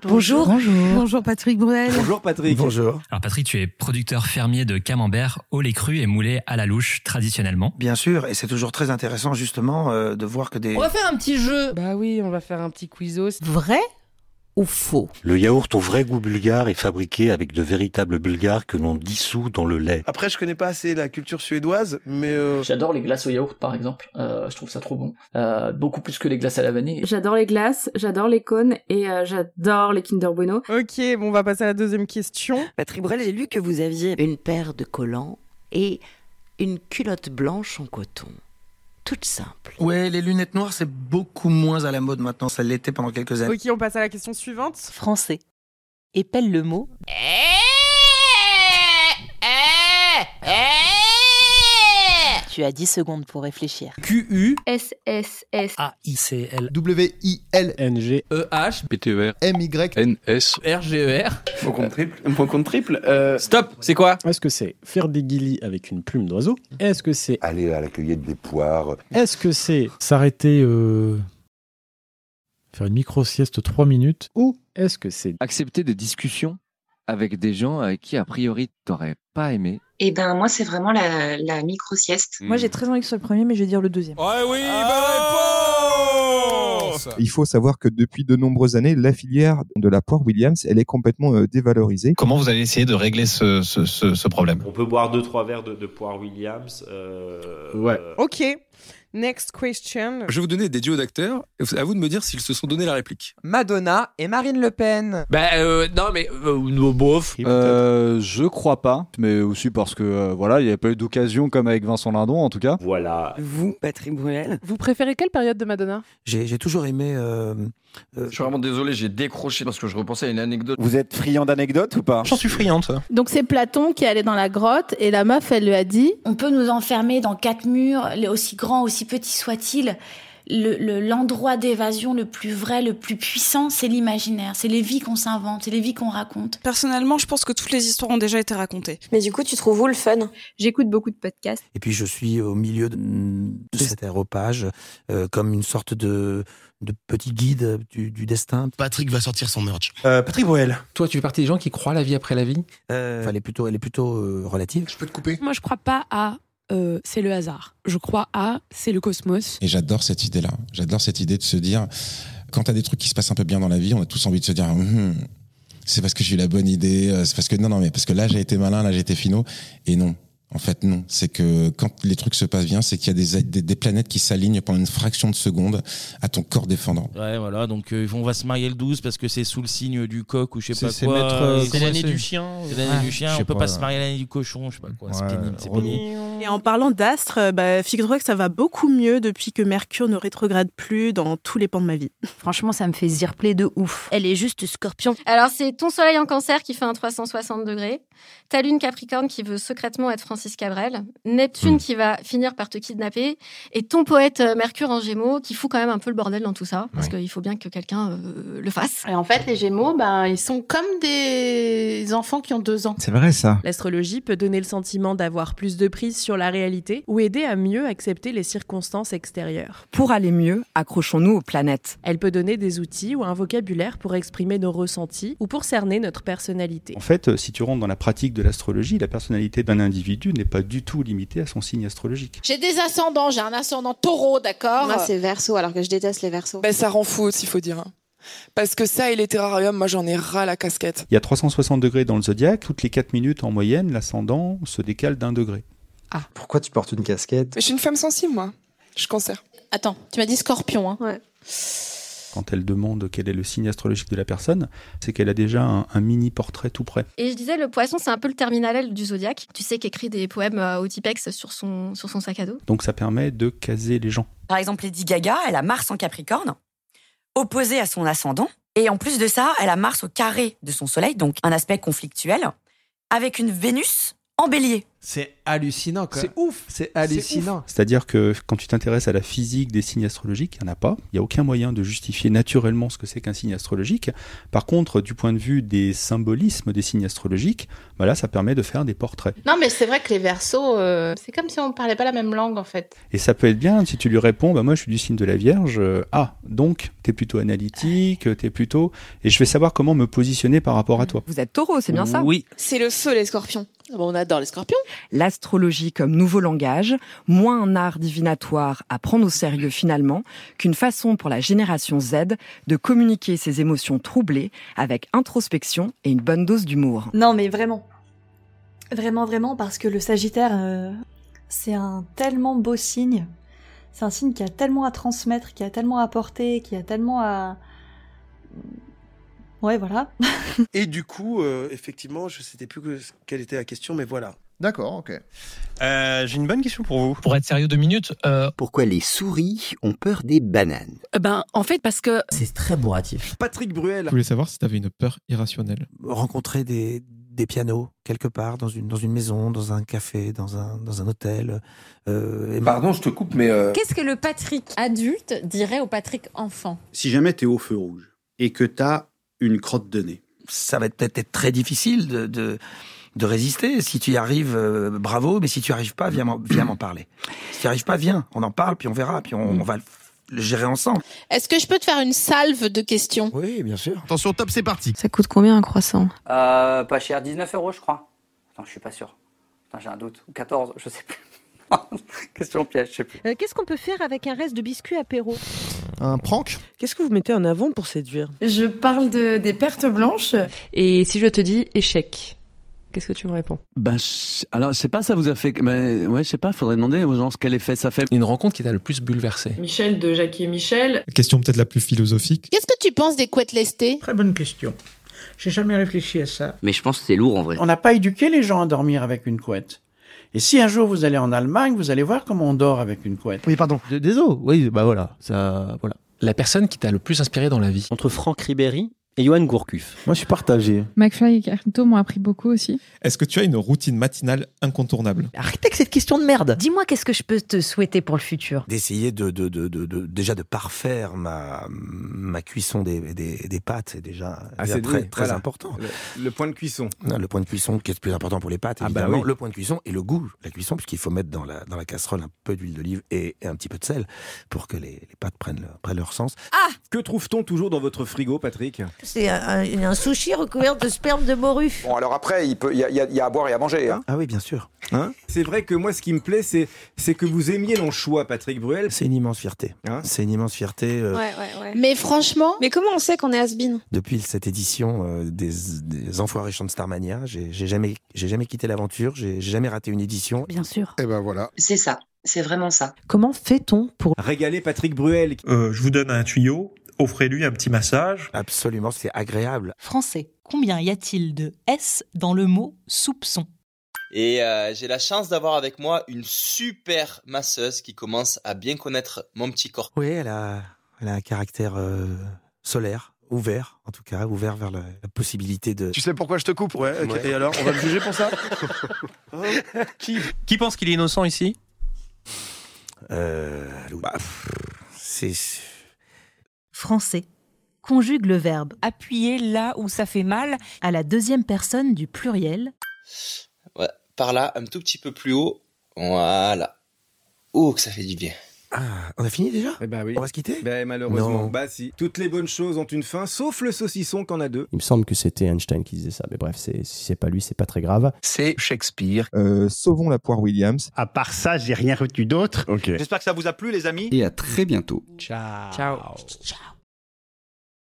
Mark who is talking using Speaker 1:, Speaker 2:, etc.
Speaker 1: Bonjour.
Speaker 2: Bonjour.
Speaker 1: Bonjour Patrick Bruel.
Speaker 3: Bonjour Patrick.
Speaker 4: Bonjour.
Speaker 5: Alors Patrick, tu es producteur fermier de camembert au lait cru et moulé à la louche traditionnellement.
Speaker 4: Bien sûr, et c'est toujours très intéressant justement euh, de voir que des...
Speaker 6: On va faire un petit jeu.
Speaker 2: Bah oui, on va faire un petit quizos.
Speaker 1: Vrai ou faux
Speaker 7: Le yaourt au vrai goût bulgare est fabriqué avec de véritables bulgares que l'on dissout dans le lait.
Speaker 8: Après, je connais pas assez la culture suédoise, mais euh,
Speaker 9: J'adore les glaces au yaourt par exemple, Euh, je trouve ça trop bon. Euh, beaucoup plus que les glaces à la vanille.
Speaker 10: J'adore les glaces, j'adore les cônes et euh, j'adore les Kinder Bueno.
Speaker 2: Ok, bon, on va passer à la deuxième question.
Speaker 11: Patrick Bruel, j'ai lu que vous aviez une paire de collants et une culotte blanche en coton. Toute simple.
Speaker 4: Ouais, les lunettes noires, c'est beaucoup moins à la mode maintenant, ça l'était pendant quelques années.
Speaker 2: Ok, on passe à la question suivante.
Speaker 1: Français. Épelle le mot Tu as 10 secondes pour réfléchir.
Speaker 6: Q-U.
Speaker 10: SSS.
Speaker 5: A-I-C-L.
Speaker 12: W-I-L-N-G,
Speaker 5: E
Speaker 6: E-H.
Speaker 8: E
Speaker 12: P-T-E-R,
Speaker 8: M-Y.
Speaker 12: N-S.
Speaker 6: R-G-E-R.
Speaker 8: Mon
Speaker 13: Euh,
Speaker 8: compte triple. Mon compte triple. euh,
Speaker 6: Stop, c'est quoi
Speaker 12: Est-ce que c'est faire des guillis avec une plume d'oiseau Est-ce que c'est
Speaker 7: Aller à la cueillette des poires.
Speaker 12: est-ce que c'est s'arrêter euh, faire une micro sieste 3 minutes ou est-ce que c'est
Speaker 14: accepter des discussions avec des gens avec qui a priori t'aurais pas aimé.
Speaker 10: Eh ben moi c'est vraiment la, la micro sieste.
Speaker 1: Moi j'ai très envie que ce soit le premier, mais je vais dire le deuxième.
Speaker 8: Ouais, oui,
Speaker 6: Ah
Speaker 8: bonne réponse
Speaker 15: Il faut savoir que depuis de nombreuses années, la filière de la poire Williams, elle est complètement euh, dévalorisée.
Speaker 13: Comment vous allez essayer de régler ce, ce- ce- ce problème
Speaker 3: On peut boire deux trois verres de, de poire Williams. euh,
Speaker 12: Ouais.
Speaker 3: euh,
Speaker 2: Ok, next question.
Speaker 13: Je vais vous donner des duos d'acteurs, et vous- à vous de me dire s'ils se sont donné la réplique.
Speaker 6: Madonna et Marine Le Pen.
Speaker 5: Bah euh, non mais euh, nos beaufs.
Speaker 12: euh, je crois pas, mais aussi parce que euh, voilà, il n'y a pas eu d'occasion comme avec Vincent Lindon en tout cas.
Speaker 3: Voilà.
Speaker 11: Vous, Patrick Bruel
Speaker 2: Vous préférez quelle période de Madonna
Speaker 4: J'ai j'ai toujours aimé... euh, euh,
Speaker 14: Je suis vraiment désolé, j'ai décroché parce que je repensais à une anecdote.
Speaker 13: Vous êtes friand d'anecdotes ou pas J'en suis friande.
Speaker 10: Donc c'est Platon qui allait dans la grotte et la meuf elle lui a dit
Speaker 2: On peut nous enfermer dans quatre murs, les- aussi grands, aussi petits soient-ils. Le- le- L'endroit d'évasion le plus vrai, le plus puissant, c'est l'imaginaire. C'est les vies qu'on s'invente, c'est les vies qu'on raconte.
Speaker 10: Personnellement, je pense que toutes les histoires ont déjà été racontées.
Speaker 2: Mais du coup, tu trouves où le fun
Speaker 10: J'écoute beaucoup de podcasts.
Speaker 4: Et puis je suis au milieu de, de cet aéropage euh, comme une sorte de, de petit guide du, du destin.
Speaker 14: Patrick va sortir son merch.
Speaker 4: Euh, Patrick Bruel.
Speaker 6: Toi, tu fais partie des gens qui croient la vie après la vie
Speaker 4: Enfin, elle est plutôt, elle est plutôt euh, relative.
Speaker 14: Je peux te couper
Speaker 2: Moi, je crois pas à euh, c'est le hasard. Je crois à c'est le cosmos.
Speaker 13: Et j'adore cette idée-là. J'adore cette idée de se dire, quand t'as des trucs qui se passent un peu bien dans la vie, on a tous envie de se dire, Hum, c'est parce que j'ai eu la bonne idée, euh, c'est parce que non, non, mais parce que là j'ai été malin, là j'ai été finaux. Et non. En fait, non. C'est que quand les trucs se passent bien, c'est qu'il y a des, des, des planètes qui s'alignent pendant une fraction de seconde à ton corps défendant.
Speaker 6: Ouais, voilà, donc euh, on va se marier le 12 parce que c'est sous le signe du coq ou je sais
Speaker 12: C'est-
Speaker 6: pas
Speaker 12: c'est
Speaker 6: quoi.
Speaker 12: mettre, euh,
Speaker 6: c'est
Speaker 12: comment
Speaker 6: l'année
Speaker 12: c'est
Speaker 6: du chien. C'est l'année du chien,
Speaker 12: Ah. je sais
Speaker 6: on peut
Speaker 12: pas,
Speaker 6: pas,
Speaker 12: ouais.
Speaker 6: se marier l'année du cochon, je sais pas quoi.
Speaker 12: Ouais,
Speaker 6: c'est pénible, c'est
Speaker 12: relou.
Speaker 6: pénible.
Speaker 2: Et en parlant d'astres, bah, figure-toi que ça va beaucoup mieux depuis que Mercure ne rétrograde plus dans tous les pans de ma vie.
Speaker 1: Franchement, ça me fait zirpler de ouf.
Speaker 10: Elle est juste scorpion.
Speaker 2: Alors, c'est ton soleil en cancer qui fait un 360 degrés, ta lune capricorne qui veut secrètement être Francis Cabrel, Neptune
Speaker 5: Hmm.
Speaker 2: qui va finir par te kidnapper, et ton poète euh, Mercure en gémeaux qui fout quand même un peu le bordel dans tout ça, parce qu'il faut bien que quelqu'un euh, le fasse.
Speaker 10: Et en fait, les Gémeaux, ben ils sont comme des enfants qui ont deux ans.
Speaker 15: C'est vrai
Speaker 2: Ah.
Speaker 15: ça.
Speaker 2: L'astrologie peut donner le sentiment d'avoir plus de prise sur la réalité ou aider à mieux accepter les circonstances extérieures.
Speaker 1: Pour aller mieux, accrochons-nous aux planètes.
Speaker 2: Elle peut donner des outils ou un vocabulaire pour exprimer nos ressentis ou pour cerner notre personnalité.
Speaker 12: En fait, euh, si tu rentres dans la pratique de l'astrologie, la personnalité d'un individu n'est pas du tout limitée à son signe astrologique.
Speaker 10: J'ai des ascendants, j'ai un ascendant taureau, d'accord Moi, c'est verso, alors que je déteste les versos.
Speaker 2: Ben, ça rend fou aussi, faut dire. hein. Parce que ça et les terrariums, moi j'en ai ras la casquette.
Speaker 12: Il y a 360 degrés dans le zodiaque, toutes les 4 minutes en moyenne, l'ascendant se décale d'un degré.
Speaker 4: Pourquoi tu portes une casquette
Speaker 2: Mais je suis une femme sensible, moi. Je suis cancer.
Speaker 10: Attends, tu m'as dit scorpion, hein
Speaker 12: Quand elle demande quel est le signe astrologique de la personne, c'est qu'elle a déjà un, un mini portrait tout prêt.
Speaker 2: Et je disais, le poisson, c'est un peu le terminal du zodiaque. Tu sais qu'écrit des poèmes euh, au Tipex sur son, sur son sac à dos.
Speaker 12: Donc ça permet de caser les gens.
Speaker 1: Par exemple, Lady Gaga, elle a Mars en Capricorne, opposé à son ascendant. Et en plus de ça, elle a Mars au carré de son Soleil, donc un aspect conflictuel, avec une Vénus
Speaker 16: en bélier.
Speaker 17: C'est hallucinant, quoi.
Speaker 16: C'est ouf.
Speaker 17: C'est hallucinant.
Speaker 12: C'est-à-dire que quand tu t'intéresses à la physique des signes astrologiques, il n'y en a pas. Il n'y a aucun moyen de justifier naturellement ce que c'est qu'un signe astrologique. Par contre, du point de vue des symbolismes des signes astrologiques, bah là, ça permet de faire des portraits.
Speaker 18: Non, mais c'est vrai que les versos, euh, c'est comme si on parlait pas la même langue en fait.
Speaker 12: Et ça peut être bien si tu lui réponds, bah moi je suis du signe de la Vierge, euh, ah, donc t'es plutôt analytique, euh, t'es plutôt... Et je vais savoir comment me positionner par rapport à toi.
Speaker 1: Vous êtes taureau, c'est bien ça
Speaker 12: Oui.
Speaker 19: C'est le feu, les scorpions. Ah bon, on adore les scorpions.
Speaker 1: L'astrologie comme nouveau langage, moins un art divinatoire à prendre au sérieux finalement, qu'une façon pour la génération Z de communiquer ses émotions troublées avec introspection et une bonne dose d'humour.
Speaker 20: Non, mais vraiment. Vraiment, vraiment, parce que le Sagittaire, euh, c'est un tellement beau signe. C'est un signe qui a tellement à transmettre, qui a tellement à apporter, qui a tellement à. Ouais, voilà.
Speaker 21: Et du coup, euh, effectivement, je ne sais plus que- quelle était la question, mais voilà.
Speaker 22: D'accord, ok.
Speaker 23: Euh,
Speaker 24: J'ai une bonne question pour vous.
Speaker 25: Pour être sérieux deux minutes, euh,
Speaker 26: Pourquoi les souris ont peur des bananes
Speaker 27: Ben, en fait, parce que.
Speaker 26: C'est très bourratif.
Speaker 21: Patrick Bruel.
Speaker 26: Je
Speaker 22: voulais savoir si t'avais une peur irrationnelle.
Speaker 4: rencontrer des, des pianos quelque part, dans une, dans une maison, dans un café, dans un, dans un hôtel. euh,
Speaker 28: Pardon, je te coupe, mais euh,
Speaker 29: Qu'est-ce que le Patrick adulte dirait au Patrick enfant
Speaker 23: Si jamais t'es au feu rouge et que t'as une crotte de nez,
Speaker 4: ça va peut-être être très difficile de, de, de résister. Si tu y arrives, euh, bravo, mais si tu n'y arrives pas, viens m'en viens m'en parler. Si tu n'y arrives pas, viens, on en parle, puis on verra, puis on, on va le- le gérer ensemble.
Speaker 19: Est-ce que je peux te faire une salve de questions
Speaker 4: Oui, bien sûr.
Speaker 26: Attention, top, c'est parti.
Speaker 27: Ça coûte combien un croissant
Speaker 30: Euh, pas cher, 19 euros, je crois. Attends, je suis pas sûr. Attends, j'ai un doute. Ou 14, je sais plus. Question piège, je sais plus.
Speaker 2: Euh, Qu'est-ce qu'on peut faire avec un reste de biscuit apéro
Speaker 17: Un prank
Speaker 2: Qu'est-ce que vous mettez en avant pour séduire
Speaker 31: Je parle de, des pertes blanches.
Speaker 2: Et si je te dis échec, qu'est-ce que tu me réponds
Speaker 30: Ben, je- alors, je sais pas, ça vous a fait. Ben, ouais, je sais pas, faudrait demander aux gens ce- quel effet ça fait. Une rencontre qui t'a le plus bouleversé.
Speaker 31: Michel de Jackie et Michel.
Speaker 22: Question peut-être la plus philosophique.
Speaker 19: Qu'est-ce que tu penses des couettes lestées
Speaker 31: Très bonne question. J'ai jamais réfléchi à ça.
Speaker 30: Mais je pense que c'est lourd en vrai.
Speaker 31: On n'a pas éduqué les gens à dormir avec une couette. Et si un jour vous allez en Allemagne, vous allez voir comment on dort avec une couette.
Speaker 2: Oui, pardon. Désolé, oui, bah voilà, ça, voilà. La personne qui t'a le plus inspiré dans la vie Entre Franck Ribéry et Johan Gourcuff.
Speaker 17: Moi, je suis partagé.
Speaker 32: McFly et Carito m'ont appris beaucoup aussi.
Speaker 22: Est-ce que tu as une routine matinale incontournable
Speaker 2: Arrêtez avec cette question de merde Dis-moi qu'est-ce que je peux te souhaiter pour le futur
Speaker 4: D'essayer de, de, de, de- de- déjà de parfaire ma, ma cuisson des, des, des pâtes, c'est déjà, déjà
Speaker 17: c'est
Speaker 4: très,
Speaker 17: lui,
Speaker 4: très
Speaker 17: voilà.
Speaker 4: important.
Speaker 17: Le, le point de cuisson.
Speaker 4: Non, le point de cuisson qui est le plus important pour les pâtes,
Speaker 17: Ah bah
Speaker 4: évidemment.
Speaker 17: oui.
Speaker 4: Le point de cuisson et le goût, la cuisson, puisqu'il faut mettre dans la, dans la casserole un peu d'huile d'olive et, et un petit peu de sel pour que les, les pâtes prennent leur, prennent leur sens.
Speaker 17: Que trouve-t-on toujours dans votre frigo, Patrick
Speaker 33: Ah C'est un, un sushi recouvert de sperme de morue.
Speaker 17: Bon, alors après, il peut, y, a, à boire et à manger. hein.
Speaker 4: Ah oui, bien sûr.
Speaker 17: c'est vrai que moi, ce qui me plaît, c'est, c'est que vous aimiez mon choix, Patrick Bruel. Hein
Speaker 4: C'est une immense fierté. C'est une immense fierté. euh,
Speaker 19: Mais franchement, mais comment on sait qu'on est has
Speaker 4: Depuis cette édition euh, des, des Enfoirés Chants de Starmania, j'ai j'ai jamais, j'ai jamais quitté l'aventure, j'ai j'ai jamais raté une édition.
Speaker 2: Bien sûr.
Speaker 4: Et ben voilà.
Speaker 2: C'est ça, c'est vraiment ça. Comment fait-on pour...
Speaker 17: Régaler Patrick Bruel.
Speaker 7: Euh, je vous donne un tuyau, offrez-lui un petit massage.
Speaker 4: Absolument, c'est agréable.
Speaker 34: Français, combien y a-t-il de S dans le mot soupçon
Speaker 6: Et euh, j'ai la chance d'avoir avec moi une super masseuse qui commence à bien connaître mon petit corps.
Speaker 4: Oui, elle a, elle a un caractère euh, solaire, ouvert en tout cas, ouvert vers la, la possibilité de.
Speaker 31: Tu sais pourquoi je te coupe
Speaker 4: Ouais, ok. Et alors, on va me
Speaker 31: juger pour ça
Speaker 7: Qui, qui pense qu'il est innocent ici
Speaker 4: Euh, bah, pff, c'est.
Speaker 2: Français. Conjugue le verbe appuyer là où ça fait mal à la deuxième personne du pluriel.
Speaker 6: Ouais, par là, un tout petit peu plus haut. Voilà. Oh, que ça fait du bien.
Speaker 4: On a fini déjà
Speaker 17: Eh ben oui.
Speaker 4: On va se quitter
Speaker 17: Ben malheureusement.
Speaker 4: Non.
Speaker 17: Bah si. Toutes les bonnes choses ont une fin, sauf le saucisson qu'on a deux.
Speaker 35: Il me semble que c'était Einstein qui disait ça, mais bref, c'est- si c'est pas lui, c'est pas très grave.
Speaker 7: C'est Shakespeare.
Speaker 36: Euh, sauvons la poire Williams.
Speaker 7: À part ça, j'ai rien retenu d'autre.
Speaker 36: Ok.
Speaker 7: J'espère que ça vous a plu, les amis.
Speaker 36: Et à très bientôt.
Speaker 7: Ciao.
Speaker 36: Ciao.
Speaker 7: Ciao.